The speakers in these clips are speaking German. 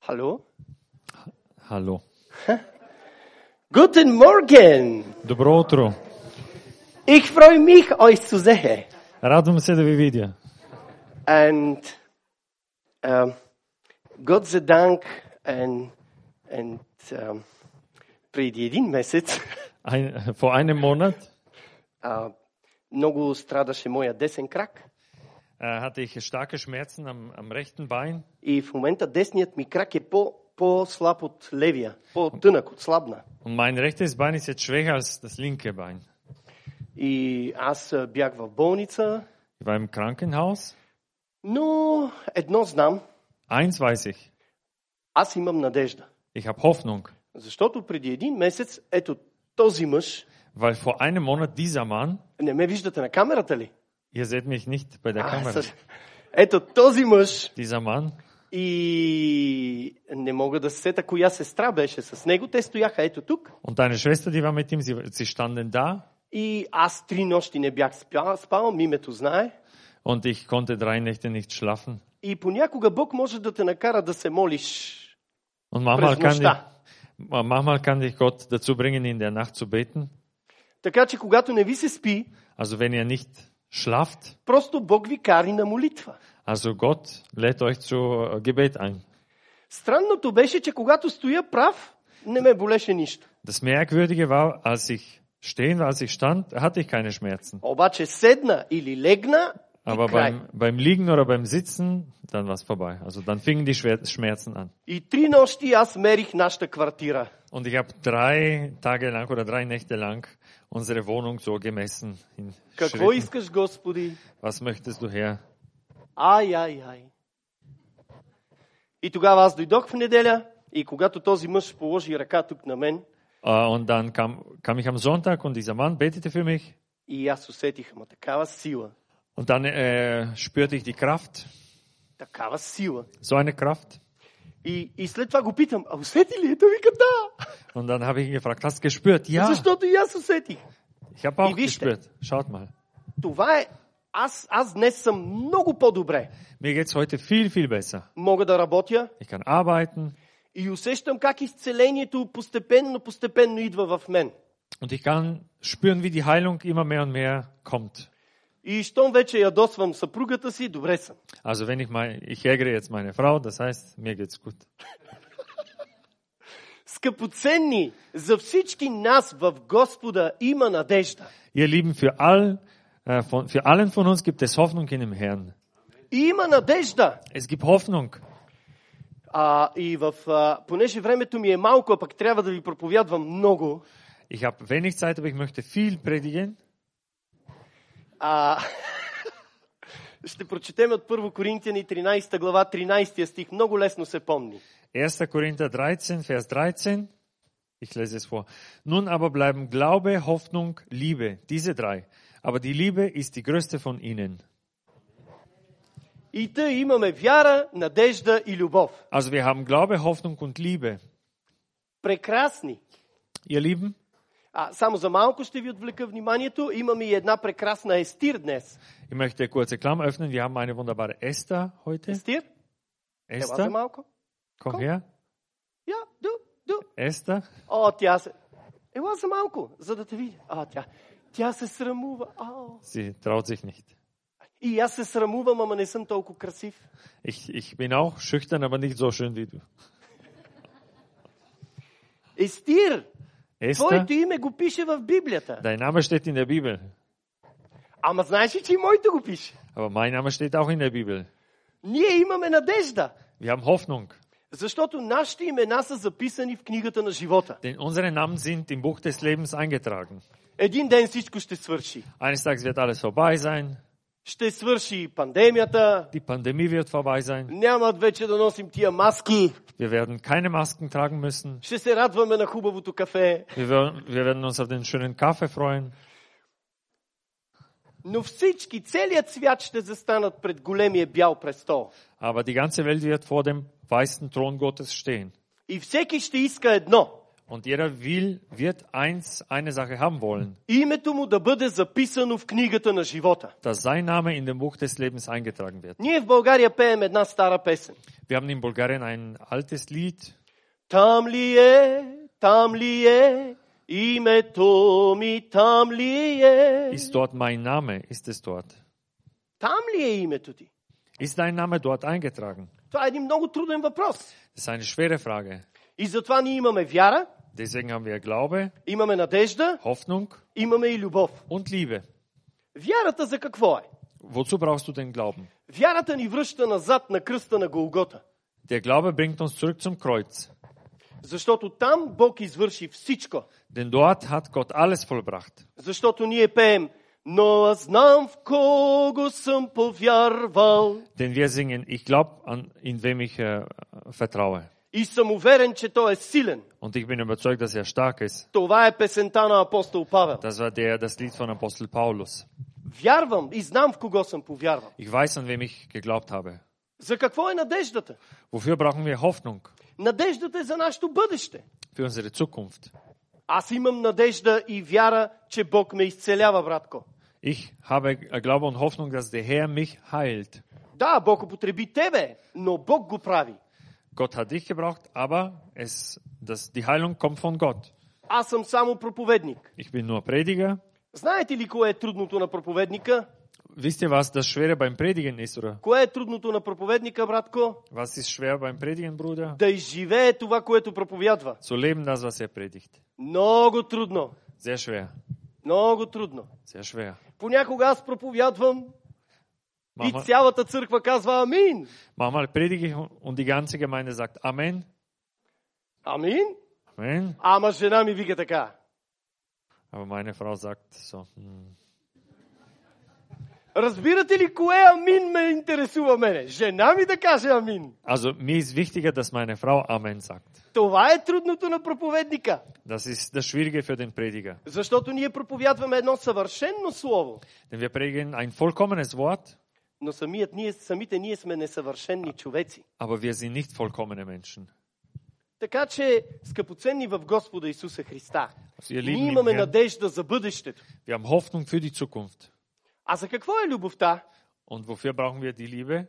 Hallo? Hallo. Guten Morgen! Добро утро. Ich freue mich, euch zu sehen. Радвам се да ви видя. And ähm, Gott sei Dank, and, and um, Предиедин месец, Ein, vor einem Monat а, много страдаше моя десен крак. äh, hatte ich starke Schmerzen am, am rechten Bein И в момента десният ми крак е по, по-слаб от левия, по-тънък, от слабна. und mein rechtes Bein ist jetzt schwächer als das linke Bein. И аз а, бях в болница, Ich war im Krankenhaus. но едно знам, Eins weiß ich, аз имам надежда. ich habe Hoffnung, Защото преди един месец, ето този мъж, weil vor einem Monat dieser Mann, не ме виждате на камерата ли? ihr seht mich nicht bei der А, Kamera, със- Ето този мъж dieser Mann и не мога да се сета коя сестра беше с него. Те стояха ето тук und deine Schwester, die war mit ihm, sie, sie standen da и аз три нощи не бях спял, спал, мимето знае. und ich konnte drei Nächte nicht schlafen. И понякога Бог може да те накара да се молиш. Und manchmal kann, Presswurst ich, manchmal kann ich Gott dazu bringen, in der Nacht zu beten. Така че когато не ви се спи, Also wenn ihr nicht schlaft, просто Бог ви кари на молитва. also Gott lädt euch zu äh, Gebet ein. Странното беше, че когато стоя прав, не ме болеше нищо. Das Merkwürdige war, als ich stehen war, als ich stand, hatte ich keine Schmerzen. Обаче седна или легна, Aber и край. beim, beim Liegen oder beim Sitzen, dann war es vorbei. Also dann fingen die Schwer- Schmerzen an. И три нощи аз мерих нашата квартира. Und ich habe drei Tage lang oder drei Nächte lang unsere Wohnung so gemessen. In Какво Schritten. искаш, Господи? Was möchtest du her? Ай, ай, ай. И тогава аз дойдох в неделя и когато този мъж положи ръка тук на мен Äh, Und dann kam, kam ich am Sonntag und dieser Mann betete für mich. и аз усетих, ама такава сила, Und dann äh, spürte ich die Kraft, такава сила. so eine Kraft. И, и след това го питам, а усети ли? е? Той вика да, Und dann habe ich ihn gefragt, hast du gespürt? Ja, защото и аз усетих. ich habe auch Wie wischt gespürt. Schaut mal. Това е, аз, аз днес съм много по-добре. Mir geht's heute viel, viel besser. Мога да работя Ich kann arbeiten и усещам как изцелението постепенно, постепенно идва в мен. und ich kann spüren, wie die Heilung immer mehr und mehr kommt. И щом вече ядосвам съпругата си, добре съм. Also wenn ich mal, ich ärgere jetzt meine Frau, das heißt, mir geht's gut. Скъпоценни, за всички нас в Господа има надежда. Ihr Lieben, für, all, äh, von, für allen von uns gibt es Hoffnung in dem Herrn. Има надежда. Es gibt Hoffnung. А, и в, а, понеже времето ми е малко, а пък трябва да ви проповядвам много, Ich habe wenig Zeit, aber ich möchte viel predigen. а, ще прочетем от 1 Коринтияни 13 глава 13 стих. Много лесно се помни. 1. Korinther 13, Vers 13. Ich lese es vor. Nun aber bleiben Glaube, Hoffnung, Liebe, diese drei. Aber die Liebe ist die größte von ihnen. И тъй имаме вяра, надежда и любов. Also wir haben Glaube, Hoffnung und Liebe. Прекрасни. Ihr Lieben, А, само за малко ще ви отвлека вниманието. Имаме и една прекрасна Естир днес. ich möchte eine kurze Klammer öffnen. Wir haben eine wunderbare Esther heute. Естир, ела за Esther, малко. komm her. Я, ду, ду. Esther. О, тя се... Ела за малко, за да те видя. А, тя... Тя се срамува. А, Sie traut sich nicht. и аз се срамувам, ама не съм толкова красив. Ich, ich bin auch schüchtern, aber nicht so schön wie du. Естир, Esther, твоето име го пише в Библията. dein Name steht in der Bibel. Ама знаеш ли, че и моето го пише? Aber mein Name steht auch in der Bibel. Ние имаме надежда, Wir haben Hoffnung. защото нашите имена са записани в книгата на живота. Denn unsere Namen sind im Buch des Lebens eingetragen. Един ден всичко ще свърши. Eines Tages wird alles vorbei sein, Ще свърши и пандемията, die Pandemie wird vorbei sein, няма вече да носим тия маски, wir werden keine Masken tragen müssen, ще се радваме на хубавото кафе, wir, wer- wir werden uns auf den schönen Kaffee freuen, но всички, целият свят ще застанат пред големия бял престол. aber die ganze Welt wird vor dem weißen Thron Gottes stehen. И всеки ще иска едно Und jeder will, wird eins, eine Sache haben wollen, Името му да бъде записано в книгата на живота. dass sein Name in dem Buch des Lebens eingetragen wird. Ние в България пеем една стара песен. Wir haben in Bulgarien ein altes Lied. Там ли е, там ли е, името ми там ли е? Ist dort mein Name? Ist es dort? Там ли е името ти? Ist dein Name dort eingetragen? Това е един много труден въпрос. Das ist eine schwere Frage. И затова ние имаме вяра, Deswegen haben wir Glaube, имаме надежда, Hoffnung имаме и любов. und Liebe. Вярата за какво е? Wozu brauchst du den Glauben? Вярата ни връща назад на кръста на Голгота. Der Glaube bringt uns zurück zum Kreuz. Защото там Бог извърши всичко. Denn dort hat Gott alles vollbracht. Защото ние пеем Но аз знам в кого съм повярвал Denn wir singen, ich glaube, an in wem ich äh, vertraue. и съм уверен, че Той е силен. Und ich bin überzeugt, dass er stark ist. Това е песента на апостол Павел. Das war der, das Lied von Apostel Paulus. Вярвам и знам в кого съм повярвал. Ich weiß, an wem ich geglaubt habe. За какво е надеждата? Wofür brauchen wir Hoffnung? Надеждата е за нашето бъдеще. Für unsere Zukunft. Аз имам надежда и вяра, че Бог ме изцелява, братко. Ich habe äh, Glaube und Hoffnung, dass der Herr mich heilt. Да, Бог употреби тебе, но Бог го прави. Gott hat dich gebraucht, aber es, das, die Heilung kommt von Gott. Аз съм само проповедник. Ich bin nur Prediger. Знаете ли кое е трудното на проповедника? Wisst ihr, was das Schwere beim Predigen ist, oder? Кое е трудното на проповедника, братко? Was ist schwer beim Predigen, Bruder? Да изживее това, което проповядва. Zu leben, das, was er predigt. Много трудно. Sehr schwer. Много трудно. Sehr schwer. Понякога аз проповядвам и Manchmal, цялата църква казва Амин. manchmal predige ich und die ganze Gemeinde sagt Amen. Амин? Amen. Ама жена ми вика така. Aber meine Frau sagt so. hm. Разбирате ли кое Амин ме интересува мене? Жена ми да каже Амин. Also mir ist wichtiger, dass meine Frau Amen sagt. Това е трудното на проповедника. Das ist das Schwierige für den Prediger. Защото ние проповядваме едно съвършенно слово, Denn wir predigen ein vollkommenes Wort, но самият ние, самите ние сме несъвършенни човеци. aber wir sind nicht vollkommene Menschen. Така че, скъпоценни в Господа Исуса Христа, Аз я лидни ние имаме вярвам. надежда за бъдещето. Wir haben Hoffnung für die Zukunft. А за какво е любовта? Und wofür brauchen wir die Liebe?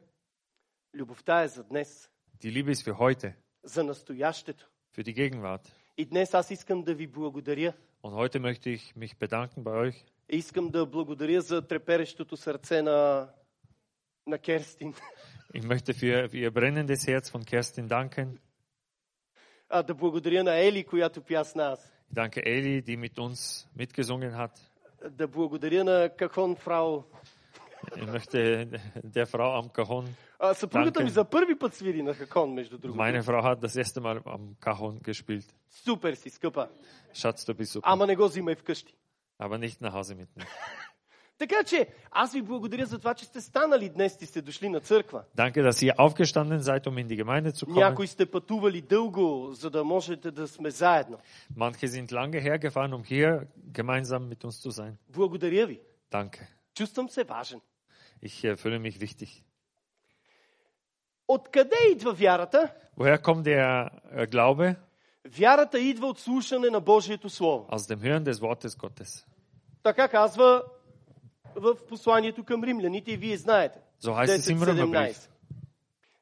Любовта е за днес, Die Liebe ist für heute, за настоящето. für die Gegenwart. И днес аз искам да ви благодаря. Und heute möchte ich mich bedanken bei euch. Искам да благодаря за треперещото сърце на, на Керстин. Ich möchte für, für ihr brennendes Herz von Kerstin danken. А да благодаря на Ели, която пя с нас. Ich danke Eli, die mit uns mitgesungen hat. Да благодаря на Кахон Фрау. Ich möchte der Frau am Cajon, А, съпругата Данке. ми за първи път свири на Хакон, между другото. meine Frau hat das erste Mal am Cajon gespielt. Супер си, скъпа. Schatz, du bist super. Ама не го взимай вкъщи. Aber nicht nach Hause mitnehmen. Така че, аз ви благодаря за това, че сте станали днес и сте дошли на църква. Danke, dass ihr aufgestanden seid, um in die Gemeinde zu kommen. Някои сте пътували дълго, за да можете да сме заедно. Manche sind lange hergefahren, um hier gemeinsam mit uns zu sein. Благодаря ви. Danke. Чувствам се важен. Ich äh, fühle mich wichtig. Откъде идва вярата? Woher kommt der äh, Glaube? Вярата идва от слушане на Божието Слово. Aus dem Hören des Wortes Gottes. Така казва в посланието към римляните и вие знаете. So heißt es im Römerbrief. 10:17.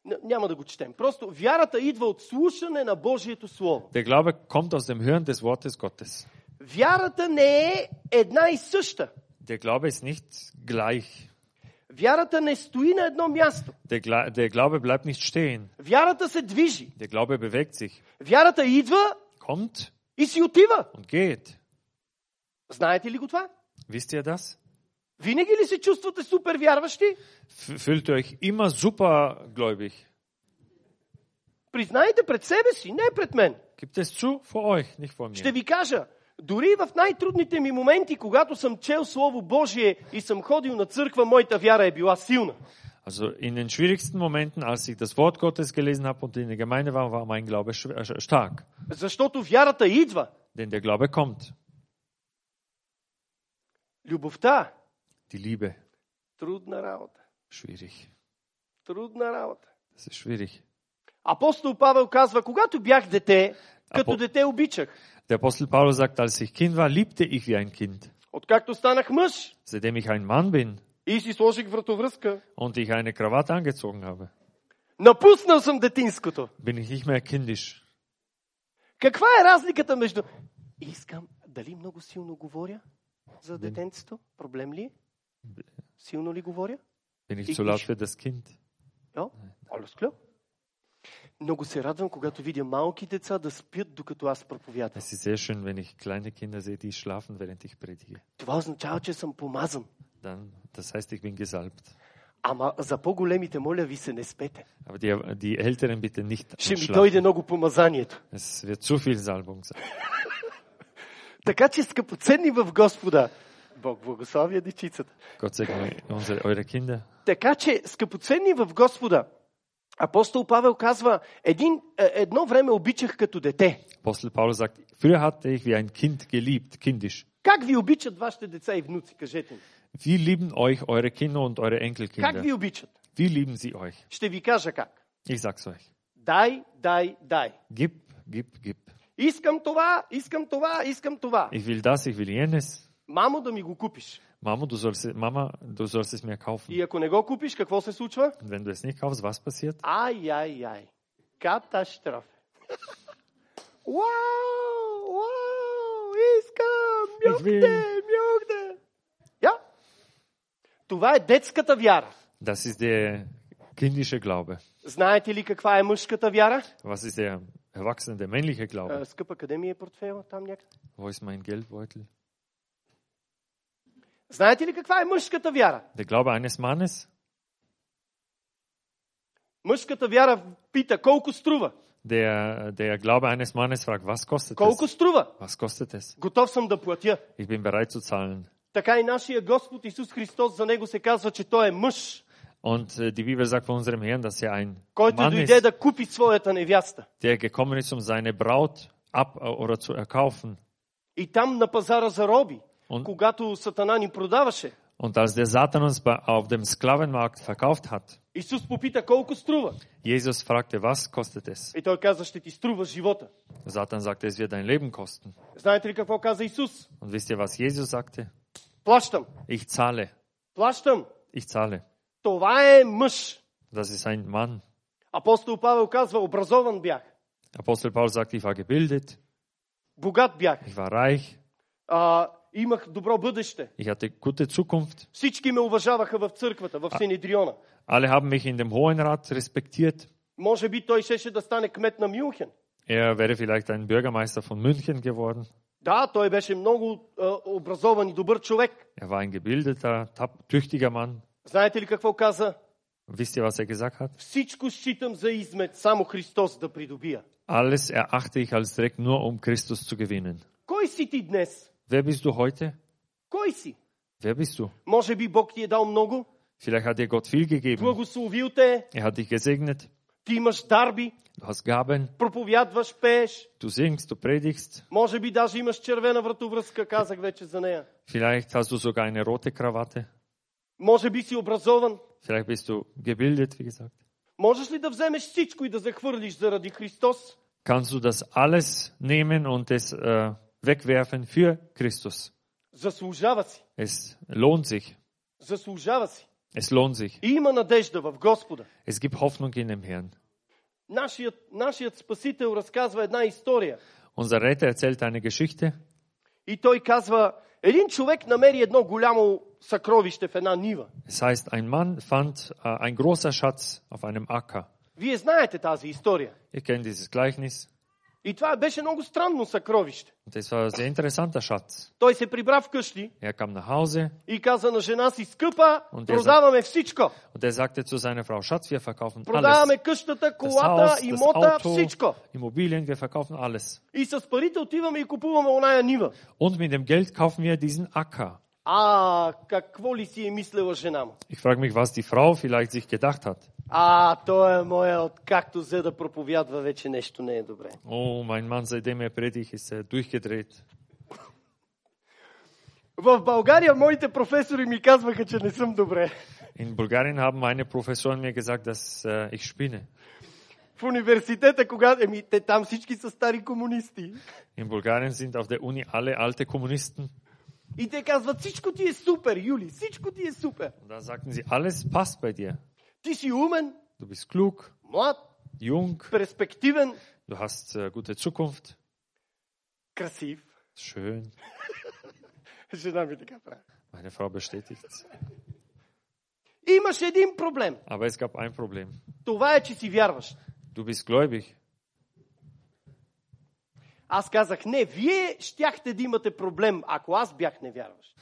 Н- Няма да го четем. Просто вярата идва от слушане на Божието Слово. Der Glaube kommt aus dem Hören des Wortes Gottes. Вярата не е една и съща. Der Glaube ist nicht gleich. Вярата не стои на едно място. Der, Gla der Glaube bleibt nicht stehen. Вярата се движи. Der Glaube bewegt sich, Вярата идва kommt и си отива. und geht. Знаете ли го това? Wisst ihr das? Винаги ли се чувствате супер вярващи? F fühlt ihr euch immer supergläubig? Признайте пред себе си, не пред мен. Gibt es zu vor euch, nicht vor Ще mir. ви кажа, дори в най-трудните ми моменти, когато съм чел Слово Божие и съм ходил на църква, моята вяра е била силна. Also in den schwierigsten Momenten, als ich das Wort Gottes gelesen habe und in der Gemeinde war, war mein Glaube schw- äh, stark. Защото вярата идва. Denn der Glaube kommt. Любовта. Die Liebe, Трудна работа. schwierig. Трудна работа. Das ist schwierig. Апостол Павел казва, когато бях дете, Като Apo- дете обичах. Der Apostel Paulus sagt, als ich Kind war, liebte ich wie ein Kind. Откакто станах мъж Seitdem ich ein Mann bin и си сложих вратовръзка, und ich eine Krawatte angezogen habe, напуснал съм детинското. bin ich nicht mehr kindisch. Каква е разликата между... Искам... Дали много силно говоря за детенцето? Проблем ли е? Силно ли говоря? Bin ich Ich zu laut nicht. für das Kind? Jo? Alles klar. Много се радвам, когато видя малки деца да спят, докато аз проповядам. Es ist sehr schön, wenn ich kleine Kinder sehe, die schlafen, während ich predige. Това означава, че съм помазан. Dann, das heißt, ich bin gesalbt. Ама за по-големите, моля ви се, не спете. Aber die, die Älteren bitte nicht Ще ми schlafen. дойде много помазанието. Es wird zu viel Salbung sein. Така че, скъпоценни в Господа, Бог благославя дечицата. Gott segne unsere, eure Kinder. Така че, скъпоценни в Господа, апостол Павел казва, един, е, едно време обичах като дете. Apostel Paulus sagt, früher hatte ich wie ein Kind geliebt, kindisch. Как ви обичат вашите деца и внуци, кажете ми? Wie lieben euch eure Kinder und eure Как ви Enkelkinder? обичат? Wie lieben sie euch? Ще ви кажа как. Ich sag's euch. Дай, дай, дай. Gib, gib, gib. Искам това, искам това, искам това. Ich will das, ich will jenes. Мамо да ми го купиш. Mama, du sollst, Mama, du sollst es mir kaufen. И ако не го купиш, какво се случва? Und wenn du es nicht kaufst, was passiert? Ай, ай, ай. Катастрофа. Уау, уау, искам, Извини. мюкне, мюкне. Я? Това е детската вяра. Das ist der kindische Glaube. Знаете ли каква е мъжката вяра? Was ist der erwachsene, der männliche Glaube? Е, скъпа, къде ми е портфела? Там някъде. Wo ist mein Geldbeutel? Знаете ли каква е мъжката вяра? Der Glaube eines Mannes, Мъжката вяра пита колко струва. der, der Glaube eines Mannes fragt, was kostet Колко es? струва? Was kostet es? Готов съм да платя. Ich bin bereit zu zahlen. Така и нашия Господ Исус Христос, за него се казва, че той е мъж, Und äh, die Bibel sagt von unserem Herrn, dass er ein който Mann дойде ist, да купи своята невяста. der gekommen ist, um seine Braut ab äh, oder zu erkaufen. И там на пазара за роби, Он- когато Сатана ни продаваше, Und als der Satan uns bei, auf dem Sklavenmarkt verkauft hat, Исус попита колко струва. Jesus fragte, was kostet es? И той каза, ще ти струва живота. Satan sagte, es wird dein Leben kosten. Знаете ли какво каза Исус? Und wisst ihr, was Jesus sagte? Плащам, Ich zahle, плащам. ich zahle. Това е мъж. Das ist ein Mann. Апостол Павел казва, образован бях, Apostel Paulus sagt, ich war gebildet, богат бях, ich war reich, а, имах добро бъдеще. ich hatte gute Zukunft. Всички ме уважаваха в църквата, в Синедриона. Alle haben mich in dem Hohen Rat respektiert. Може би той щеше да стане кмет на Мюнхен. Er wäre vielleicht ein Bürgermeister von München geworden. Да, той беше много а, образован и добър човек. Er war ein gebildeter, tap- tüchtiger Mann. Знаете ли какво каза? Wisst ihr, was er gesagt hat? Всичко считам за измет, само Христос да придобия. Alles erachte ich als Dreck nur, um Christus zu gewinnen. Кой си ти днес? Wer bist du heute? Кой си? Wer bist du? Може би Бог ти е дал много, Vielleicht hat dir Gott viel gegeben. благословил те, е, Er hat dich gesegnet. ти имаш дарби, Du hast Gaben. проповядваш, пееш, Du singst, du predigst. може би даже имаш червена вратовръзка, казах вече за нея. Vielleicht hast du sogar eine rote Krawatte. Може би си образован. Vielleicht bist du gebildet, wie gesagt. Можеш ли да вземеш всичко и да захвърлиш заради Христос? kannst du das alles nehmen und es äh, wegwerfen für Christus. Заслужава си. Es lohnt sich. Заслужава си. Es lohnt sich. И има надежда в Господа. Es gibt Hoffnung in dem Herrn. Нашият, нашият Спасител разказва една история. Unser Retter erzählt eine Geschichte. И той казва, един човек намери едно голямо съкровище в една нива. Es heißt, ein Mann fand äh, ein großer Schatz auf einem Acker. Вие знаете тази история. Ihr kennt dieses Gleichnis. И това беше много странно съкровище. Und es war ein sehr interessanter Schatz. Той се прибра вкъщи Er kam nach Hause и каза на жена си, скъпа, Он те е за- продаваме всичко. und er sagte zu seiner Frau, Schatz, wir verkaufen alles. Продаваме къщата, Das колата, Haus, das имота, Auto, всичко. Immobilien, wir verkaufen alles. И с парите отиваме и купуваме оная нива. Und mit dem Geld kaufen wir diesen Acker. А, какво ли си е мислела жена му? Ich frage mich, was die Frau vielleicht sich gedacht hat. А, той е моя, от както взе да проповядва, вече нещо не е добре. Oh, mein Mann, seitdem er predigt, ist er durchgedreht. В България моите професори ми казваха, че не съм добре. In Bulgarien haben meine Professoren mir gesagt, dass äh, ich spinne. В университета, когато... Еми, те там всички са стари комунисти. In Bulgarien sind auf der Uni alle alte Kommunisten. И те казват, всичко ти е супер, Юли, всичко ти е супер. Und da sagten sie, alles passt bei dir. Ти си умен, Du bist klug, млад, jung, перспективен, du hast äh, gute Zukunft. красив. Schön. Жена ми така прави. Meine Frau bestätigt es. Имаш един проблем. Aber es gab ein Problem. Това е, че си вярваш. Du bist gläubig. Аз казах, не, вие щяхте да имате проблем, ако аз бях невярващ.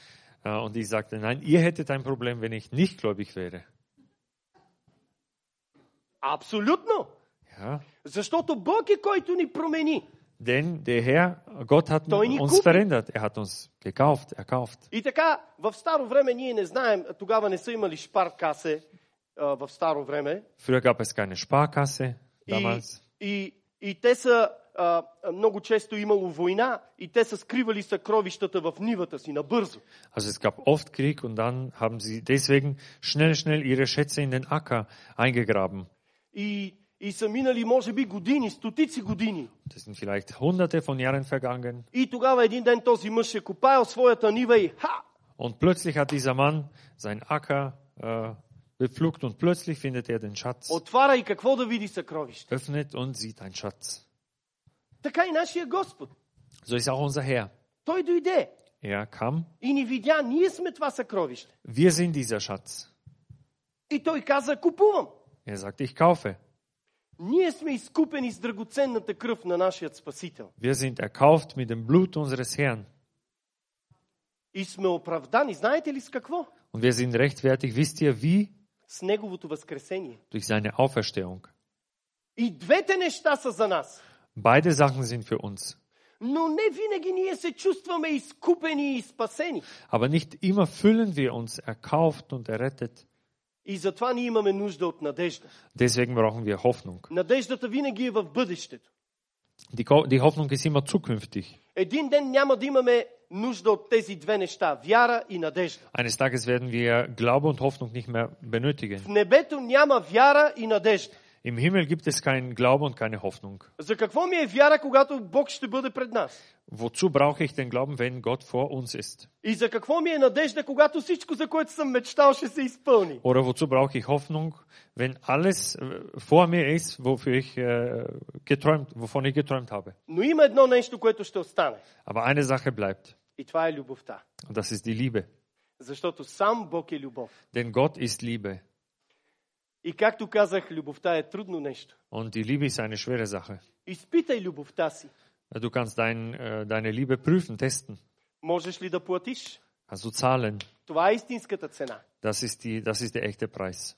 Äh, Und ich sagte, nein, ihr hättet ein Problem, wenn ich nicht gläubig wäre. Абсолютно! Ja. Защото Бог е който ни промени. Denn der Herr, Gott hat Tony uns Kupi. verändert. Er hat uns gekauft, erkauft. И така, в старо време ние не знаем, тогава не са имали шпар касе а, в старо време. Früher gab es keine Sparkasse И, damals. и, и те са, а, а, много често имало война и те са скривали съкровищата в нивата си набързо. Also es gab oft Krieg und dann haben sie deswegen schnell, schnell ihre Schätze in den Acker eingegraben. И, и са минали, може би, години, стотици години. Das sind vielleicht hunderte von Jahren vergangen. И тогава един ден този мъж е копаял своята нива и ха! Und plötzlich hat dieser Mann seinen Acker äh, bepflugt und plötzlich findet er den Schatz, Отваря и какво да види съкровище. öffnet und sieht einen Schatz. Така и нашия Господ. So ist auch unser Herr. Той дойде Er kam. и ни видя, ние сме това съкровище. Wir sind dieser Schatz. И той каза, купувам. Er sagt, ich kaufe. Ние сме изкупени с драгоценната кръв на нашия Спасител. Wir sind erkauft mit dem Blut unseres Herrn. И сме оправдани, знаете ли с какво? Und wir sind rechtfertigt, wisst ihr wie? С Неговото възкресение. Durch seine Auferstehung. И двете неща са за нас. Beide Sachen sind für uns. Но не винаги ние се чувстваме изкупени и спасени. Aber nicht immer fühlen wir uns erkauft und errettet. И затова ние имаме нужда от надежда. Deswegen brauchen wir Hoffnung. Надеждата винаги е в бъдещето. Die, Ko- die Hoffnung ist immer zukünftig. Един ден няма да имаме нужда от тези две неща вяра и надежда. Eines Tages werden wir Glaube und Hoffnung nicht mehr benötigen. В небето няма вяра и надежда. Im Himmel gibt es keinen Glauben und keine Hoffnung. За какво ми е вяра, когато Бог ще бъде пред нас? Wozu brauche ich den Glauben, wenn Gott vor uns ist? И за какво ми е надежда, когато всичко, за което съм мечтал, ще се изпълни? Oder wozu brauche ich Hoffnung, wenn alles äh, vor mir ist, wofür ich äh, geträumt, wovon ich geträumt habe? Но има едно нещо, което ще остане. Aber eine Sache bleibt И това е любовта. und das ist die Liebe. Защото сам Бог е любов. Denn Gott ist Liebe И както казах, любовта е трудно нещо. und die Liebe ist eine schwere Sache. Изпитай любовта си. Du kannst dein, äh, deine Liebe prüfen, testen. Можеш ли да платиш? Also zahlen. Това е истинската цена. Das ist, die, das ist der echte Preis.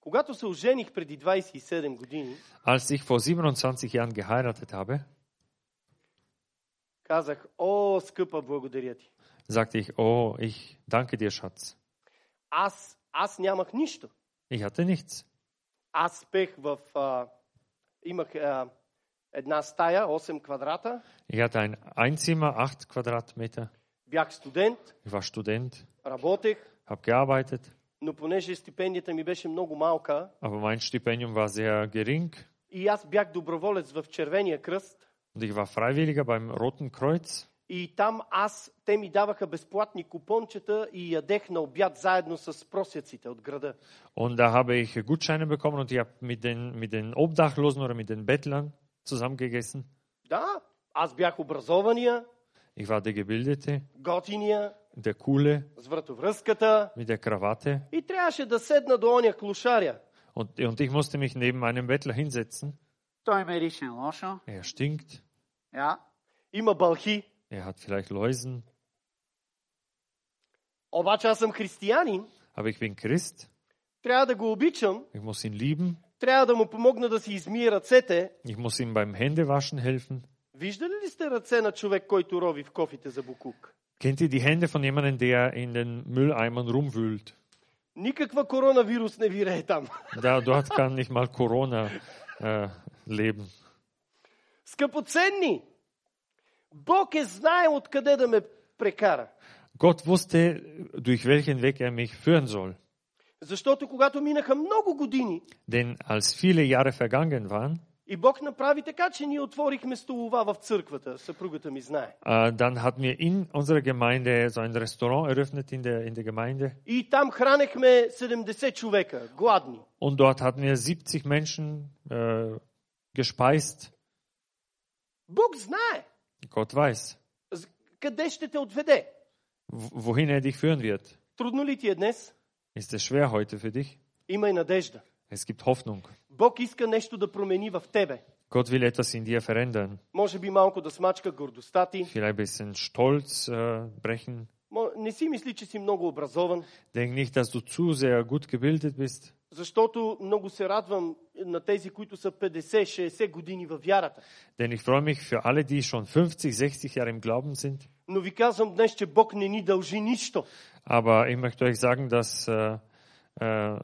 Когато се ожених преди 27 години, Als ich vor 27 Jahren geheiratet habe, казах, о, скъпа, благодаря ти. sagte ich, oh, ich danke dir, Schatz. Аз, аз нямах нищо. Ich hatte nichts. Аз спех в... А, имах а, една стая, 8 квадрата, Ich hatte ein Einzimmer, 8 Quadratmeter. бях студент, Ich war Student, работех, habe gearbeitet, но понеже стипендията ми беше много малка aber mein Stipendium war sehr gering и аз бях доброволец в Червения кръст und ich war Freiwilliger beim Roten Kreuz. и там аз, те ми даваха безплатни купончета и ядех на обяд заедно с просяците от града. Und da habe ich Gutscheine bekommen und ich habe mit den, mit den Obdachlosen oder mit den Bettlern zusammengegessen. Да, аз бях образования, Ich war der Gebildete, готиния, der Coole с вратовръзката mit der Krawatte и трябваше да седна до оня клушаря. und, und ich musste mich neben einem Bettler hinsetzen. Той ме ричне лошо. Er stinkt, Я. Има бълхи, er hat vielleicht Läusen, обаче аз съм християнин, aber ich bin Christ, трябва да го обичам, ich muss ihn lieben, трябва да му помогна да си измие ръцете. ich muss ihm beim Händewaschen helfen. Виждали ли сте ръце на човек, който рови в кофите за букук? Kennt ihr die Hände von jemandem, der in den Mülleimern rumwühlt? Никаква коронавирус не вирее там. Da, dort kann nicht mal Corona äh, leben. Скъпоценни! Бог е знае откъде да ме прекара. Gott wusste, durch welchen Weg er mich führen soll. Защото когато минаха много години Denn als viele Jahre vergangen waren, И Бог направи така, че ние отворихме столова в църквата. Съпругата ми знае. Äh, dann hatten wir in unserer Gemeinde so ein Restaurant eröffnet in der, in der Gemeinde. И там хранехме 70 човека, гладни. Und dort hatten wir 70 Menschen äh, gespeist. Бог знае Gott weiß, з- къде ще те отведе. w- wohin er dich führen wird. Трудно ли ти е днес? Ist es schwer heute für dich? Имай надежда. Es gibt Hoffnung. Бог иска нещо да промени в тебе. Gott will etwas in dir verändern. Може би малко да смачка гордостта ти. Vielleicht ein bisschen Stolz äh, brechen. Мо- Не си мисли, че си много образован, Denk nicht, dass du zu sehr gut gebildet bist. защото много се радвам на тези, които са 50-60 години във вярата. Denn ich freue mich für alle, die schon 50, 60 Jahre im Glauben sind. Но ви казвам днес, че Бог не ни дължи нищо. Aber ich möchte euch sagen, dass, äh, äh,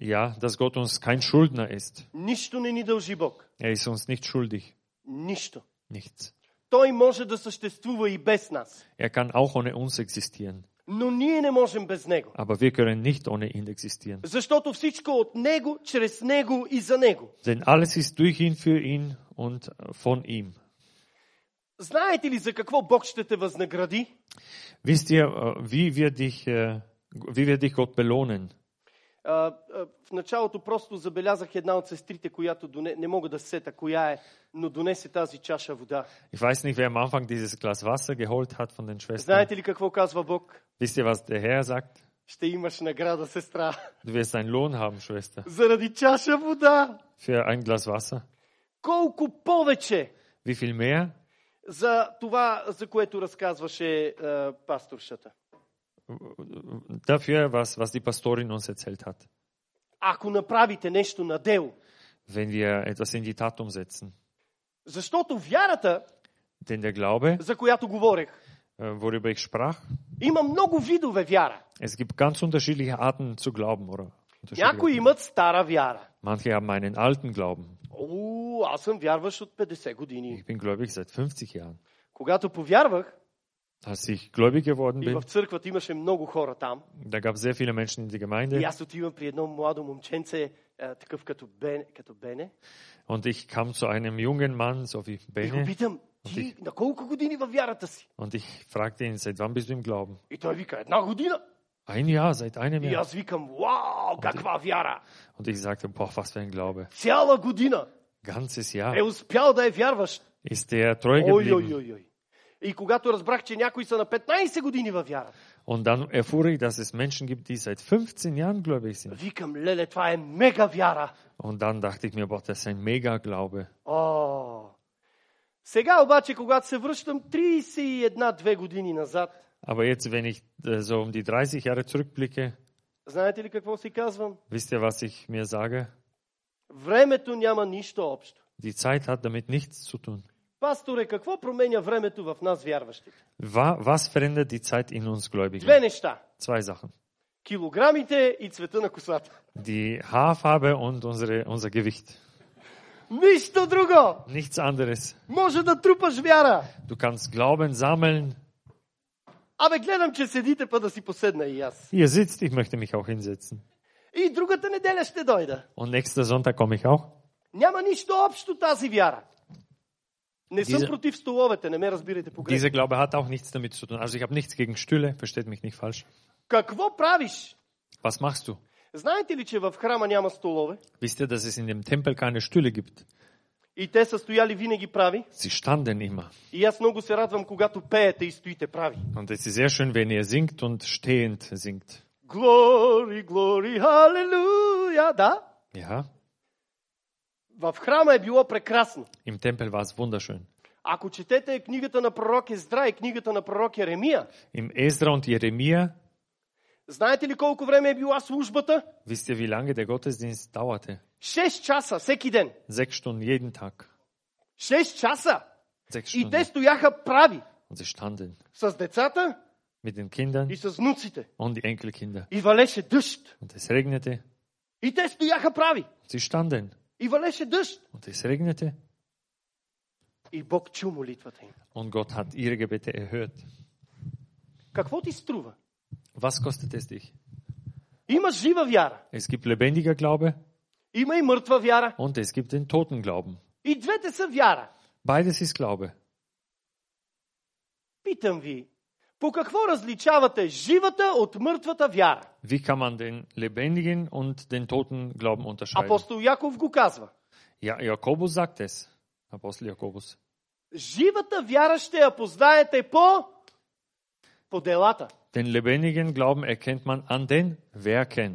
ja, dass Gott uns kein Schuldner ist. Нищо не ни дължи Бог. Er ist uns nicht schuldig. Нищо. Nichts. Той може да съществува и без нас. Er kann auch ohne uns existieren. Но ние не можем без Него. Aber wir können nicht ohne ihn existieren. Защото всичко е от Него, чрез Него и за Него. Denn alles ist durch ihn, für ihn und von ihm. Знаете ли за какво Бог ще те възнагради? Wisst ihr, äh, wie wir dich, äh, wie wir dich Gott belohnen? А, а, в началото просто забелязах една от сестрите, която доне... не мога да сета коя е, но донесе тази чаша вода. Ich weiß nicht, wer am Anfang dieses Glas Wasser geholt hat von den Schwestern. Знаете ли какво казва Бог? Wisst ihr, was der Herr sagt? Ще имаш награда, сестра, Du wirst einen Lohn haben, Schwester, заради чаша вода. für ein Glas Wasser. Колко повече Wie viel mehr? за това, за което разказваше е, пасторшата. Dafür, was, was die Pastorin uns erzählt hat. Ако направите нещо на дело, Wenn wir etwas in die Tat umsetzen. защото вярата, Denn der Glaube, за която говорех, äh, worüber ich sprach, има много видове вяра. es gibt ganz unterschiedliche Arten zu glauben, oder? Unterschiedliche Някои Arten. имат стара вяра. Manche haben einen alten Glauben. О, аз съм вярващ от 50 години. Ich bin gläubig seit 50 Jahren. Когато повярвах, Als ich gläubig geworden И bin, в църквата имаше много хора там. da gab es sehr viele Menschen in der И Gemeinde аз отивам при едно младо момченце, а, такъв като Бене, като Бене und ich kam zu einem jungen Mann, so wie и го Bene, Е, питам, ти на колко години във вярата си? und ich fragte ihn, seit wann bist du im Glauben? И той вика, една година. Ein Jahr, seit einem И Jahr. аз викам, вау, каква вяра! Und ich sagte, boah, was für ein Glaube. Цяла година Ganzes Jahr е успял да е вярващ. ist der treu Ой, ой, geblieben. ой, ой. И когато разбрах, че някои са на 15 години във вяра, Und dann erfuhr ich, dass es Menschen gibt, die seit 15 Jahren gläubig sind. викам, леле, това е мега вяра. Und dann dachte ich mir, boah, das ist ein Mega-Glaube. О! Сега обаче, когато се връщам 31-2 години назад, Aber jetzt, wenn ich äh, so um die 30 Jahre zurückblicke, знаете ли какво си казвам? wisst ihr, was ich mir sage? Времето няма нищо общо. Die Zeit hat damit nichts zu tun. Пасторе, какво променя времето в нас, вярващите? Wa- Was verändert die Zeit in uns Gläubigen? Две неща. Zwei Sachen. Килограмите и цвета на косата. Die Haarfarbe und unsere, unser Gewicht. Нищо друго! Nichts anderes. Може да трупаш вяра. Du kannst Glauben sammeln. Абе, гледам, че седите, па да си поседна и аз. Ihr sitzt, ich möchte mich auch hinsetzen. И другата неделя ще дойда. Und nächster Sonntag komme ich auch. Няма нищо общо тази вяра. Не съм Диза- против столовете, не ме разбирайте погрешно. Dieser Glaube hat auch nichts damit zu tun. Also ich habe nichts gegen Stühle, versteht mich nicht falsch. Какво правиш? Was machst du? Знаете ли, че в храма няма столове? Wisst ihr, dass es in dem Tempel keine Stühle gibt? И те са стояли винаги прави. Sie standen immer. И аз много се радвам, когато пеете и стоите прави. Und es ist sehr schön, wenn ihr singt und stehend singt. Глори, глори, халелуя! Да, Ja, в храма е било прекрасно. im Tempel war es wunderschön. Ако четете книгата на пророк Ездра и книгата на пророк Еремия, Im Ezra und Jeremia, знаете ли колко време е била службата? wisst ihr, wie lange der Gottesdienst dauerte? 6 часа всеки ден. Sechs Stunden jeden Tag. 6 часа! Sechs И Stunden. те стояха прави Und sie standen с децата mit den Kindern и с внуците. und die Enkelkinder. И валеше дъжд. Und es regnete. И те стояха прави. Sie standen И валеше дъжд. und es regnete. И Бог чу молитвата им. Und Gott hat ihre Gebete erhört. Какво ти струва? Was kostet es dich? Имаш жива вяра. Es gibt lebendiger Glaube Има и мъртва вяра. und es gibt den toten Glauben. И двете са вяра. Beides ist Glaube. Питам ви, по какво различавате живата от мъртвата вяра? Wie kann man den lebendigen und den toten Glauben unterscheiden? Апостол Яков го казва. Ja, Jakobus sagt es. Apostel Jakobus. Живата вяра ще я познаете по... по делата. Den lebendigen Glauben erkennt man an den Werken.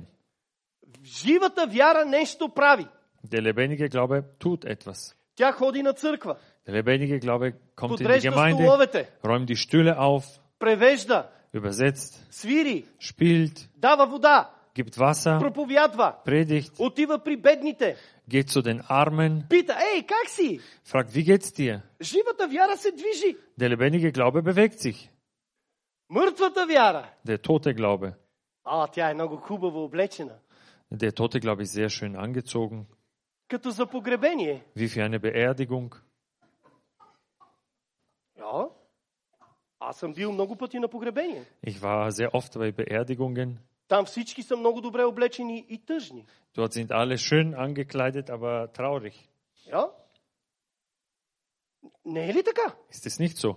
Живата вяра нещо прави. Der lebendige Glaube tut etwas. Тя ходи на църква, Der lebendige Glaube kommt in die подрежда Gemeinde, столовете, räumt die Stühle auf, превежда, übersetzt, свири, spielt, дава вода, gibt Wasser, проповядва, predigt, отива при бедните, geht zu den Armen, пита, ей, как си? fragt, wie geht's dir? Живата вяра се движи. Der lebendige Glaube bewegt sich. Мъртвата вяра. Der tote Glaube. А, тя е много хубаво облечена. Der tote Glaube ist sehr schön angezogen, Като за погребение. wie für eine Beerdigung. Да. Аз съм бил много пъти на погребение. Ich war sehr oft bei Beerdigungen. Там всички са много добре облечени и тъжни. Dort sind alle schön angekleidet, aber traurig. Да. Не е ли така? Ist es nicht so?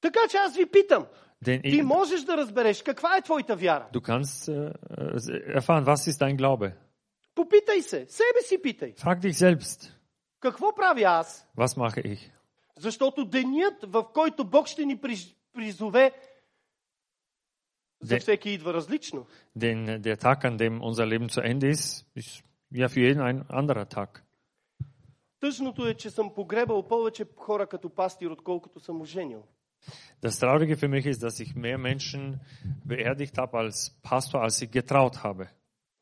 Така че аз ви питам. Denn Ти ich, можеш да разбереш каква е твоята вяра. du kannst äh, äh, erfahren, was ist dein Glaube? Попитай се. Себе си питай. Frag dich selbst, Какво правя аз? was mache ich? Защото денят, в който Бог ще ни приз- призове, за Де- всеки идва различно. Denn äh, der Tag, an dem unser Leben zu Ende ist, ist ja für jeden ein anderer Tag. Тъжното е, че съм погребал повече хора като пастир, отколкото съм оженил. Das Traurige für mich ist, dass ich mehr Menschen beerdigt habe als Pastor, als ich getraut habe.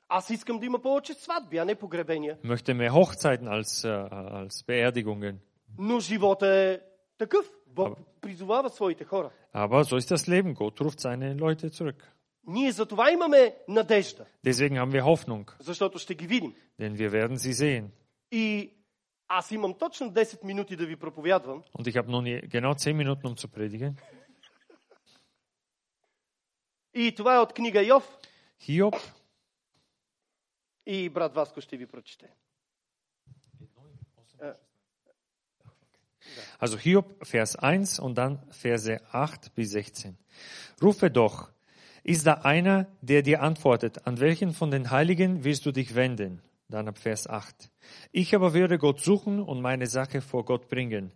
Аз искам да има повече сватби, а не погребения. Ich möchte mehr Hochzeiten als, äh, als Beerdigungen. Но живота е такъв. Бог призовава своите хора. Aber so ist das Leben. Gott ruft seine Leute zurück. Ние за това имаме надежда, Deswegen haben wir Hoffnung, защото ще ги видим. denn wir werden sie sehen. И аз имам точно 10 минути да ви проповядвам, Und ich habe nun je- genau zehn Minuten, um zu predigen. И това е от книга Йов. Hiob, И брат Васко ще ви прочете. also Hiob, Vers 1 und dann Verse 8 bis 16. Rufe doch, ist da einer, der dir antwortet, an welchen von den Heiligen willst du dich wenden? Dann ab Vers 8. Ich aber werde Gott suchen und meine Sache vor Gott bringen,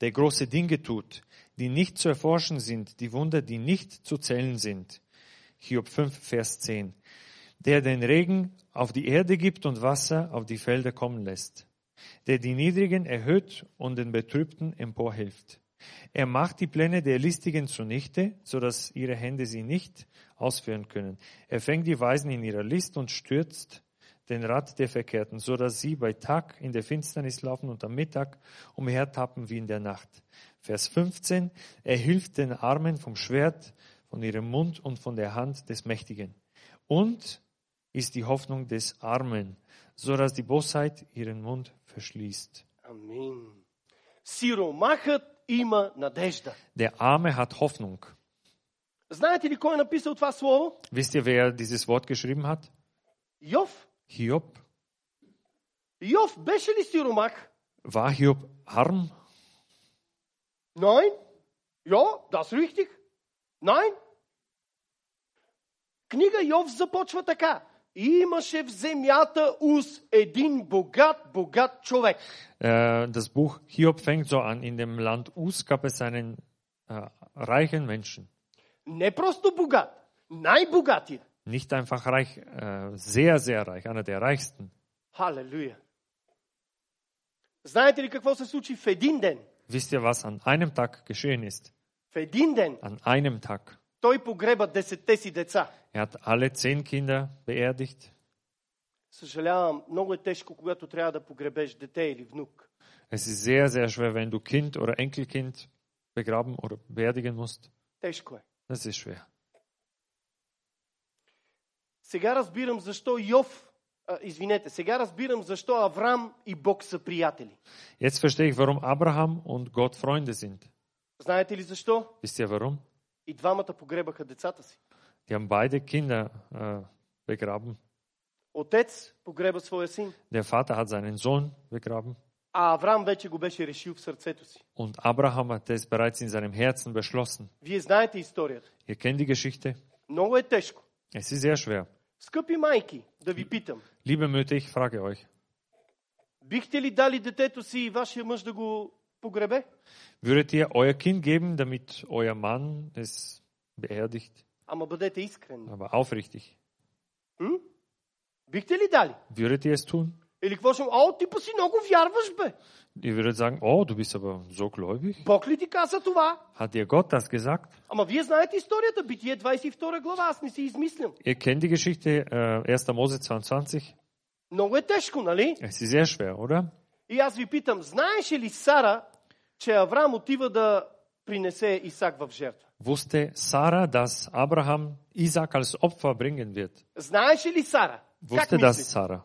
der große Dinge tut, die nicht zu erforschen sind, die Wunder, die nicht zu zählen sind. Hiob 5, Vers 10. der den Regen auf die Erde gibt und Wasser auf die Felder kommen lässt, der die Niedrigen erhöht und den Betrübten emporhilft. Er macht die Pläne der Listigen zunichte, so dass ihre Hände sie nicht ausführen können. Er fängt die Weisen in ihrer List und stürzt den Rat der Verkehrten, so dass sie bei Tag in der Finsternis laufen und am Mittag umhertappen wie in der Nacht. Vers 15. Er hilft den Armen vom Schwert, von ihrem Mund und von der Hand des Mächtigen. Und ist die Hoffnung des Armen, so dass die Bosheit ihren Mund verschließt. Амин. Сиромахът има надежда. Der Arme hat Hoffnung. Знаете ли кой е написал това слово? Wisst ihr, wer dieses Wort geschrieben hat? Йов. Hiob. Йов беше ли сиромах? War Hiob arm? Nein. Ja, das ist richtig. Nein. Книга Йов започва така. И имаше в земята уз един богат, богат човек. Äh, das Buch Hiob fängt so an. In dem Land Us gab es einen äh, reichen Menschen. Не просто богат, най-богатия. Nicht einfach reich, äh, sehr, sehr reich, einer der reichsten. Халелуя! Знаете ли какво се случи в един ден? Wisst ihr, was an einem Tag geschehen ist? В един ден An einem Tag. той погреба десетте си деца. Er hat alle zehn Kinder beerdigt. Съжалявам, много е тежко, когато трябва да погребеш дете или внук. Es ist sehr, sehr schwer, wenn du Kind oder Enkelkind begraben oder beerdigen musst. Тежко е. Das ist schwer. Сега разбирам защо Йов, а, извинете, сега разбирам защо Аврам и Бог са приятели. Jetzt verstehe ich, warum Abraham und Gott Freunde sind. Знаете ли защо? Wisst ihr warum? И двамата погребаха децата си. Die haben beide Kinder äh, begraben. Отец погреба своя син, Der Vater hat seinen Sohn begraben а Авраам вече го беше решил в сърцето си. und Abraham hat es bereits in seinem Herzen beschlossen. Вие знаете историята. Ihr kennt die Geschichte. Много е тежко. Es ist sehr schwer. Скъпи майки, да ви питам. Liebe Mütter, ich frage euch, Бихте ли дали детето си и вашия мъж да го погребе? würdet ihr euer Kind geben, damit euer Mann es beerdigt, Ама бъдете искрени. aber aufrichtig? М? Бихте ли дали? Würdet ihr es tun? Или какво ще му? О, ти па си много вярваш, бе! Ihr würdet sagen, oh, du bist aber so gläubig. Бог ли ти каза това? Hat dir Gott das gesagt? Ама вие знаете историята, Битие 22 глава, аз не си измислям. Ihr kennt die Geschichte äh, 1. Mose 22. Много е тежко, нали? Es ist sehr schwer, oder? И аз ви питам, знаеше ли Сара, че Авраам отива да принесе Исак в жертва? Wusste Sarah, dass Abraham Isaac als Opfer bringen wird? Знаеше ли Сара? Как Wusste das Sarah?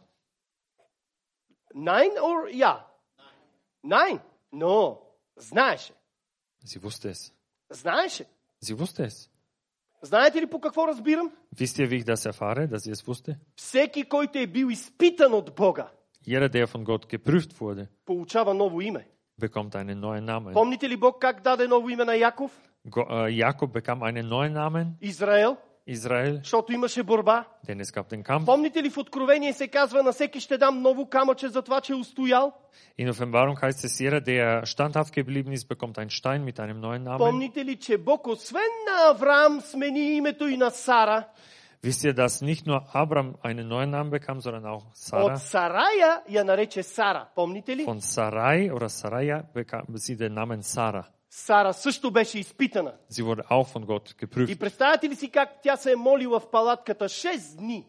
Nein or ja? Nein. No. Знаеше. Sie wusste es. Знаеше. Sie wusste es. Знаете ли по какво разбирам? Wisst ihr, wie ich das erfahre, dass sie es wusste? Всеки, който е бил изпитан от Бога, Jeder, der von Gott geprüft wurde, получава ново име. bekommt einen neuen Namen. Помните ли Бог как даде ново име на Яков? Go, äh, Jakob bekam einen neuen Namen, Израел, Israel, защото имаше борба. denn es gab den Kampf. Помните ли в Откровение се казва на всеки ще дам ново камъче за това, че е устоял? In Offenbarung heißt es, jeder, der standhaft geblieben ist, bekommt einen Stein mit einem neuen Namen. Помните ли, че Бог освен на Авраам смени името и на Сара? Wisst ihr, dass nicht nur Abraham einen neuen Namen bekam, sondern auch От Sarah? Сарая я нарече Сара. Помните ли? Von Sarai oder Saraya bekam sie den Namen Sarah. Сара също беше изпитана. Sie wurde auch von Gott И geprüft. представяте ли си как тя се е молила в палатката 6 дни?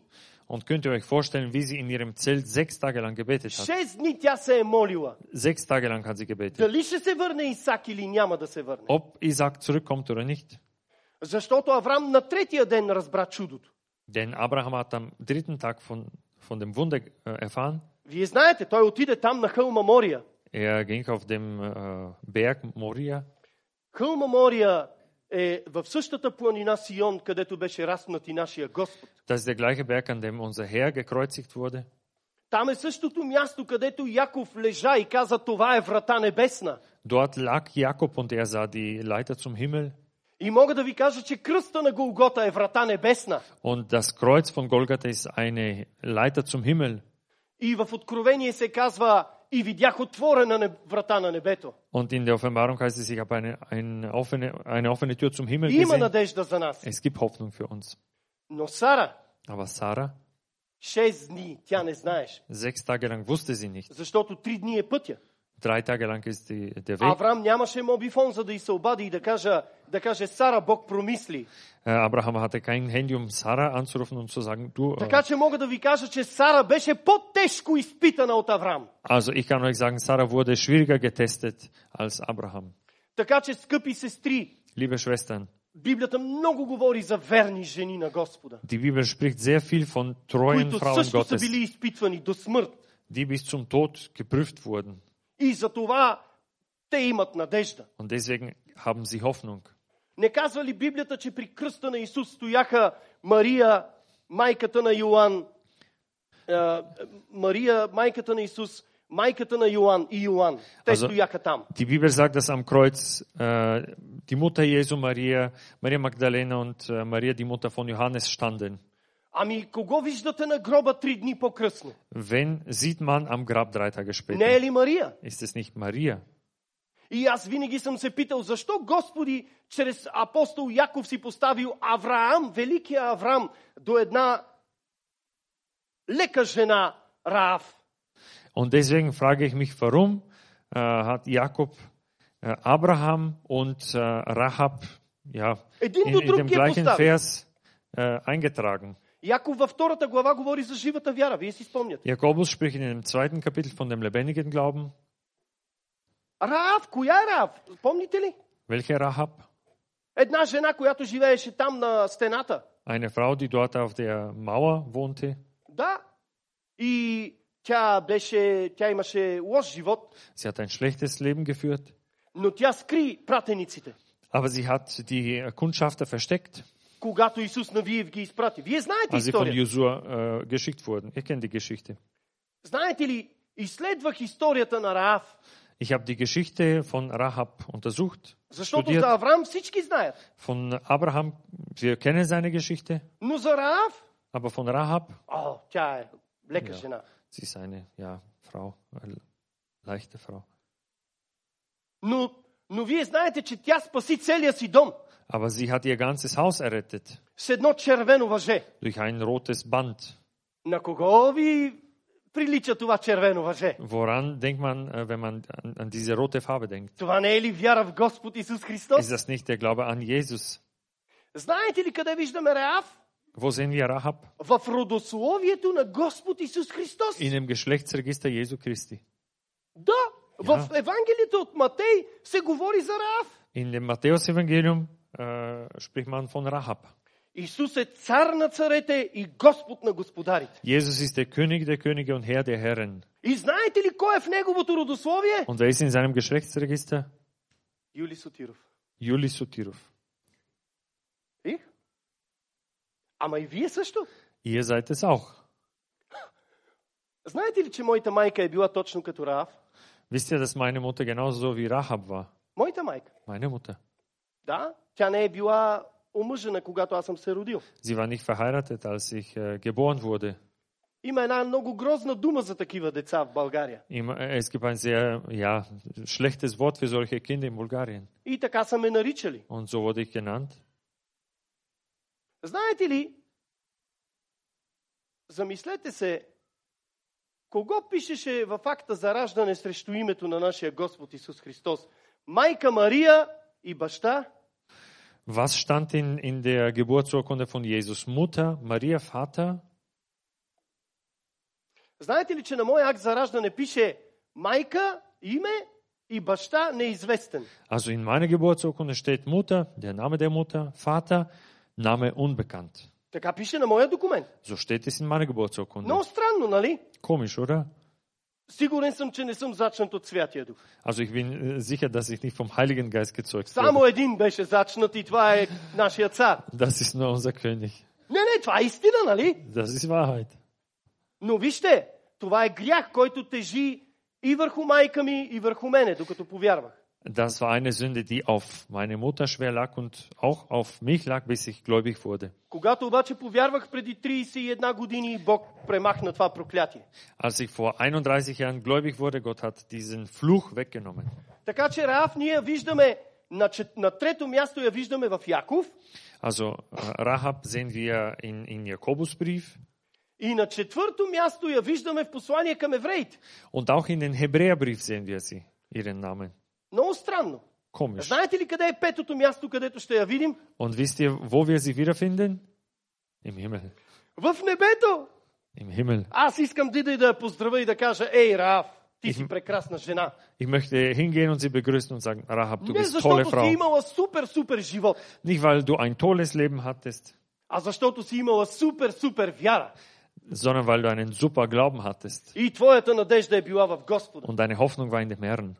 Und könnt ihr euch vorstellen, wie sie in ihrem Zelt sechs Tage lang gebetet hat? 6 дни тя се е молила. Sechs Tage lang hat sie gebetet. Дали ще се върне Исак или няма да се върне? Ob Isaac zurückkommt oder nicht. Защото Авраам на третия ден разбра чудото. Denn Abraham hat am dritten Tag von, von dem Wunder äh, erfahren. Вие знаете, той отиде там на хълма Мория. Er ging auf dem äh, Berg Moria. Хълма Мория е в същата планина Сион, където беше раснат и нашия Господ. Das ist der gleiche Berg, an dem unser Herr gekreuzigt wurde. Там е същото място, където Яков лежа и каза, това е врата небесна. Dort lag Jakob und er sah die Leiter zum Himmel. И мога да ви кажа, че кръста на Голгота е врата небесна. Und das Kreuz von Golgatha ist eine Leiter zum Himmel. И в Откровение се казва, и видях отворена неб- врата на небето. Und in der Offenbarung heißt es, ich habe eine, eine, offene, eine offene Tür zum Himmel Има gesehen. надежда за нас. Es gibt Hoffnung für uns. Но Сара, Aber Sarah, 6 дни, тя не знаеш, sechs Tage lang wusste sie nicht. защото 3 дни е пътя. Drei Tage lang ist die, der Weg. Авраам нямаше мобифон, за да й се обади и да каже, да каже Сара, Бог промисли. Äh, Abraham hatte kein Handy, um Sarah anzurufen und zu sagen, du, Така äh, че мога да ви кажа, че Сара беше по-тежко изпитана от Авраам. also ich kann euch sagen, Sarah wurde schwieriger getestet als Abraham. Така че, скъпи сестри, Liebe Schwestern, Библията много говори за верни жени на Господа, die Bibel spricht sehr viel von treuen които Frauen също са Gottes, били изпитвани до смърт. die bis zum Tod geprüft wurden. И за това те имат надежда. Und deswegen haben sie Hoffnung. Не казва ли Библията, че при кръста на Исус стояха Мария, майката на Йоанн, е, Мария, майката на Исус, майката на Йоанн и Йоанн. Те А за- стояха там. Die Bibel sagt, dass am Kreuz äh, die Mutter Jesu Maria, Maria Magdalena und äh, Maria, die Mutter von Johannes, standen. Ами кого виждате на гроба три дни по-късно? Wen sieht man am Grab drei Tage später? Не е ли Мария? Ist es nicht Maria? И аз винаги съм се питал, защо Господи чрез апостол Яков си поставил Авраам, великия Авраам, до една лека жена Раав. Und deswegen frage ich mich, warum äh, hat Jakob äh, Abraham und äh, Rahab ja, Един in, до in друг dem ги е gleichen поставил. Vers äh, eingetragen? Яков във втората глава говори за живата вяра. Вие си спомняте. Jakobus spricht in dem zweiten Kapitel von dem lebendigen Glauben. Раав, коя е Раав? Помните ли? Welche Rahab? Една жена, която живееше там на стената. Eine Frau, die dort auf der Mauer wohnte. Да. И тя беше, тя имаше лош живот, Sie hat ein schlechtes Leben geführt, но тя скри пратениците. aber sie hat die Kundschafter versteckt. когато Исус Навиев ги изпрати. Вие знаете als sie von историята. Josua äh, geschickt wurden. Ihr kennt die Geschichte. Знаете ли, изследвах историята на Раав. Ich habe die Geschichte von Rahab untersucht, Защото studiert. за Авраам всички знаят. Von Abraham, wir kennen seine Geschichte, Но за Раав, aber von Rahab, о, тя е лека Да. жена. sie ist eine ja, Frau, eine leichte Frau. Но, но вие знаете, че тя спаси целия си дом Aber sie hat ihr ganzes Haus errettet с едно червено въже. durch ein rotes Band. На кого ви прилича това червено въже? Woran denkt man, äh, wenn man an, an diese rote Farbe denkt? Това не е ли вяра в Господ Исус Христос? Ist das nicht der Glaube an Jesus? Знаете ли къде виждаме Раав? Wo sehen wir Rahab? В родословието на Господ Исус Христос. In dem Geschlechtsregister Jesu Christi. Да, в Евангелието от Матей се говори за Раав. In dem Matthäus-Evangelium äh, spricht man von Rahab. Исус е цар на царете и Господ на господарите. Jesus ist der König der Könige und Herr der Herren. И знаете ли кой е в неговото родословие? Und wer ist in seinem Geschlechtsregister? Юли Сотиров. Juli Sotirov. И? Ама и вие също. Ihr seid es auch. Знаете ли, че моята майка е била точно като Раав? Wisst ihr, dass meine Mutter genauso wie Rahab war? Моята майка. Meine Mutter. Да, тя не е била омъжена, когато аз съм се родил. Sie war nicht verheiratet, als ich äh, geboren wurde. Има една много грозна дума за такива деца в България. Im, äh, es gibt ein sehr ja, schlechtes Wort für solche Kinder in Bulgarien. И така са ме наричали. Und so wurde ich genannt. Знаете ли, замислете се, кого пишеше в акта за раждане срещу името на нашия Господ Исус Христос? Майка Мария и баща Was stand in, in der Geburtsurkunde von Jesus? Mutter, Maria, Vater? Знаете ли, че на моя акт за раждане пише майка, име и баща неизвестен? Also in meiner Geburtsurkunde steht Mutter, der Name der Mutter, Vater, Name unbekannt. Така пише на моя документ. So steht es in meiner Geburtsurkunde. Много странно, нали? Komisch, oder? Сигурен съм, че не съм зачнат от Святия Дух. Also ich bin äh, sicher, dass ich nicht vom Heiligen Geist gezeugt Само wurde. един беше зачнат и това е нашия цар. Das ist nur unser König. Не, не, това е истина, нали? Das ist Wahrheit. Но вижте, това е грях, който тежи и върху майка ми, и върху мене, докато повярвах. Das war eine Sünde, die auf meine Mutter schwer lag und auch auf mich lag, bis ich gläubig wurde. Когато обаче повярвах преди 31 години, Бог премахна това проклятие. Als ich vor 31 Jahren gläubig wurde, Gott hat diesen Fluch weggenommen. Така че Раав ние виждаме, на, чет... на трето място я виждаме в Яков, Also äh, Rahab sehen wir in, in Jakobusbrief И на четвърто място я виждаме в послание към евреите. und auch in den Hebräerbrief sehen wir sie, ihren Namen. Много странно. Komisch. Знаете ли къде е петото място, където ще я видим? Und wisst ihr, wo wir sie wiederfinden? Im Himmel. В небето! Im Himmel. Аз искам ти да, да я поздравя и да кажа, ей, Раав, ти си прекрасна жена. Ich möchte hingehen und sie begrüßen und sagen, Rahab, du Не bist защото tolle си Frau. имала супер, супер живот, Nicht, weil du ein tolles Leben hattest, а защото си имала супер, супер вяра. sondern weil du einen super Glauben hattest. И твоята надежда е била в Господа. Und deine Hoffnung war in dem Herrn.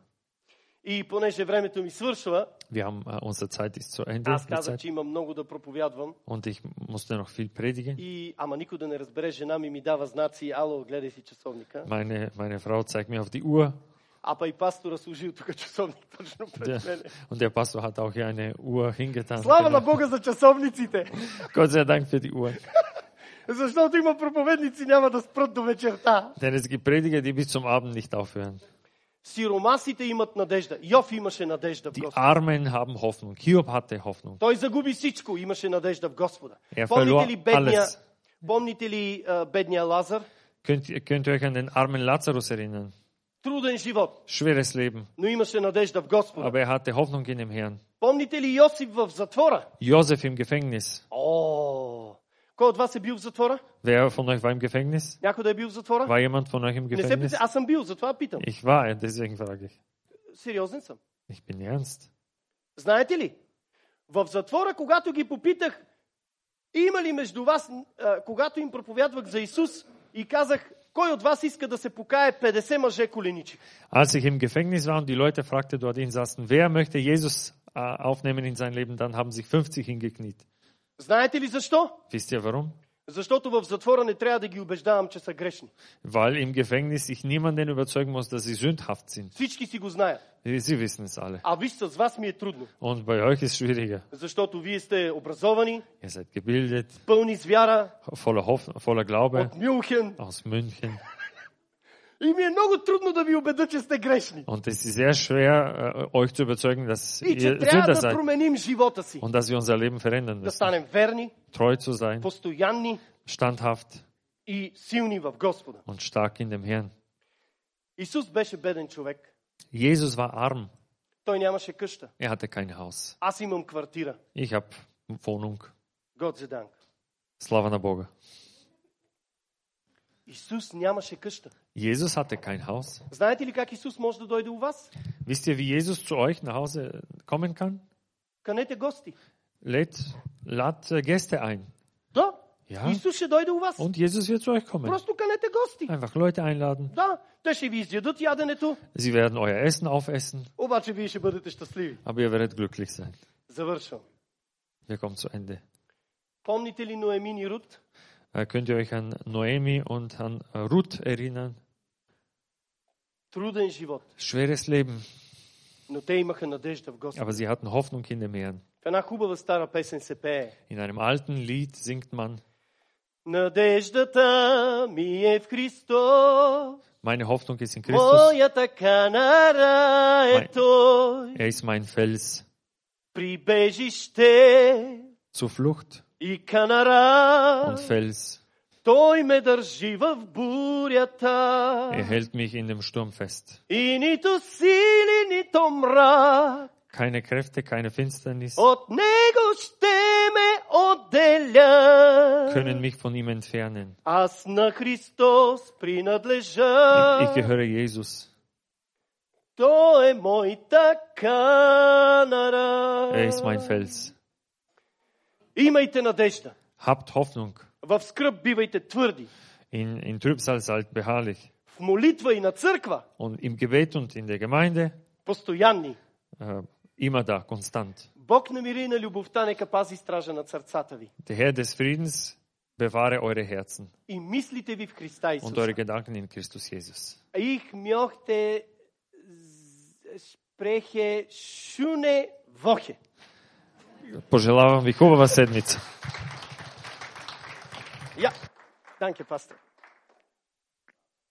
И понеже времето ми свършва, Wir haben, äh, unsere Zeit ist zu Ende. аз die казах, Zeit. че имам много да проповядвам. Und ich musste noch viel predigen. И, ама никой да не разбере, жена ми ми дава знаци, ало, гледай си часовника. Meine, meine Frau zeigt mir auf die Uhr. А па и пастора служил тук часовник точно Der, пред мене. und der Pastor hat auch hier eine Uhr hingetan. Слава на Genau. Бога за часовниците! Gott sei Dank für die Uhr. Защото има проповедници, няма да спрат до вечерта. Denn es gibt Prediger, die bis zum Abend nicht aufhören. Сиромасите имат надежда. Йов имаше надежда в Die Господа. Armen haben Hoffnung. Hiob hatte Hoffnung. Той загуби всичко, имаше надежда в Господа. Е, Помните фалуа- ли бедния, Алес. помните ли, а, бедния Лазар? Könnt, ihr- könnt ihr euch an den armen Lazarus erinnern? Труден живот, Schweres Leben, но имаше надежда в Господа. aber er hatte Hoffnung in dem Herrn. Помните ли Йосип в затвора? Josef im Gefängnis. О, кой от вас е бил в затвора? Wer von euch war im Gefängnis? Някой да е бил в затвора? War jemand von euch im Не се Gefängnis? питайте, аз съм бил, затова питам. Ich war, deswegen frage ich. Сериозен съм. Ich bin ernst. Знаете ли? В затвора, когато ги попитах, има ли между вас, а, когато им проповядвах за Исус и казах, кой от вас иска да се покае 50 мъже коленичи? Als ich im Gefängnis war und die Leute fragte dort Insassen, wer möchte Jesus äh, aufnehmen in sein Leben, dann haben sich 50 hingekniet. Знаете ли защо? Wisst ihr warum? Защото в затвора не трябва да ги убеждавам, че са грешни. Weil im Gefängnis ich niemanden überzeugen muss, dass sie sündhaft sind. Всички си го знаят. Sie wissen es alle. А виж, с вас ми е трудно. Und bei euch ist es schwieriger. Защото вие сте образовани, Ihr seid gebildet, пълни с вяра, voller Hoffnung, voller Glaube от Мюнхен. aus München. И ми е много трудно да ви убеда, че сте грешни. Und es ist sehr schwer, äh, euch zu überzeugen, dass И ihr че трябва Sünder да seid променим живота си. und dass wir unser Leben verändern Да müssen. станем верни, Treu zu sein, постоянни standhaft и силни в Господа. und stark in dem Herrn. Исус беше беден човек. Jesus war arm. Той нямаше къща. Er hatte kein Haus. Аз имам квартира. Ich habe Wohnung. Год за данк. Slava na Boga. Исус нямаше къща. Jesus hatte kein Haus. Знаете ли как Исус може да дойде у вас? Wisst ihr, wie Jesus zu euch nach Hause kommen kann? Канете гости. Lädt, lad äh, Gäste ein. Да. Ja. Исус ще дойде у вас. Und Jesus wird zu euch kommen. Просто канете гости. Einfach Leute einladen. Да, те ще ви изядат яденето, Sie werden euer Essen aufessen, обаче вие ще бъдете щастливи. aber ihr werdet glücklich sein. Завършвам. Wir kommen zu Ende. Помните ли Ноемин и Рут? Äh, Könnt ihr euch an Noemi und an äh, Ruth erinnern? Труден живот, Schweres Leben, но те имаха надежда в Господа. aber sie hatten Hoffnung in dem Herrn. В една хубава стара песен се пее. In einem alten Lied singt man, Надеждата ми е в Христос, meine Hoffnung ist in Christus, моята канара е Май. Той. er ist mein Fels Прибежище zur Flucht и канара, und Fels. Той ме държи в бурята. Er hält mich in dem Sturm fest. И нито сили, нито мрак, Keine Kräfte, keine Finsternis От него ще ме отделя. können mich von ihm entfernen. Аз на Христос принадлежа. Ich, ich gehöre Jesus. Той е моята канара. Er ist mein Fels. Имайте надежда. Habt Hoffnung. В скръп бивайте твърди. In, in Trübsal seid beharrlich. В молитва и на църква Und im Gebet und in der Gemeinde постоянни. äh, immer da, konstant. Бог на мира и на любовта нека пази стража на сърцата ви. Der Herr des Friedens bewahre eure Herzen И мислите ви в Христа Исус. und eure Gedanken in Christus Jesus. Ich möchte spreche schöne Woche. Пожелавам ви хубава седмица. Ja, danke, Pastor.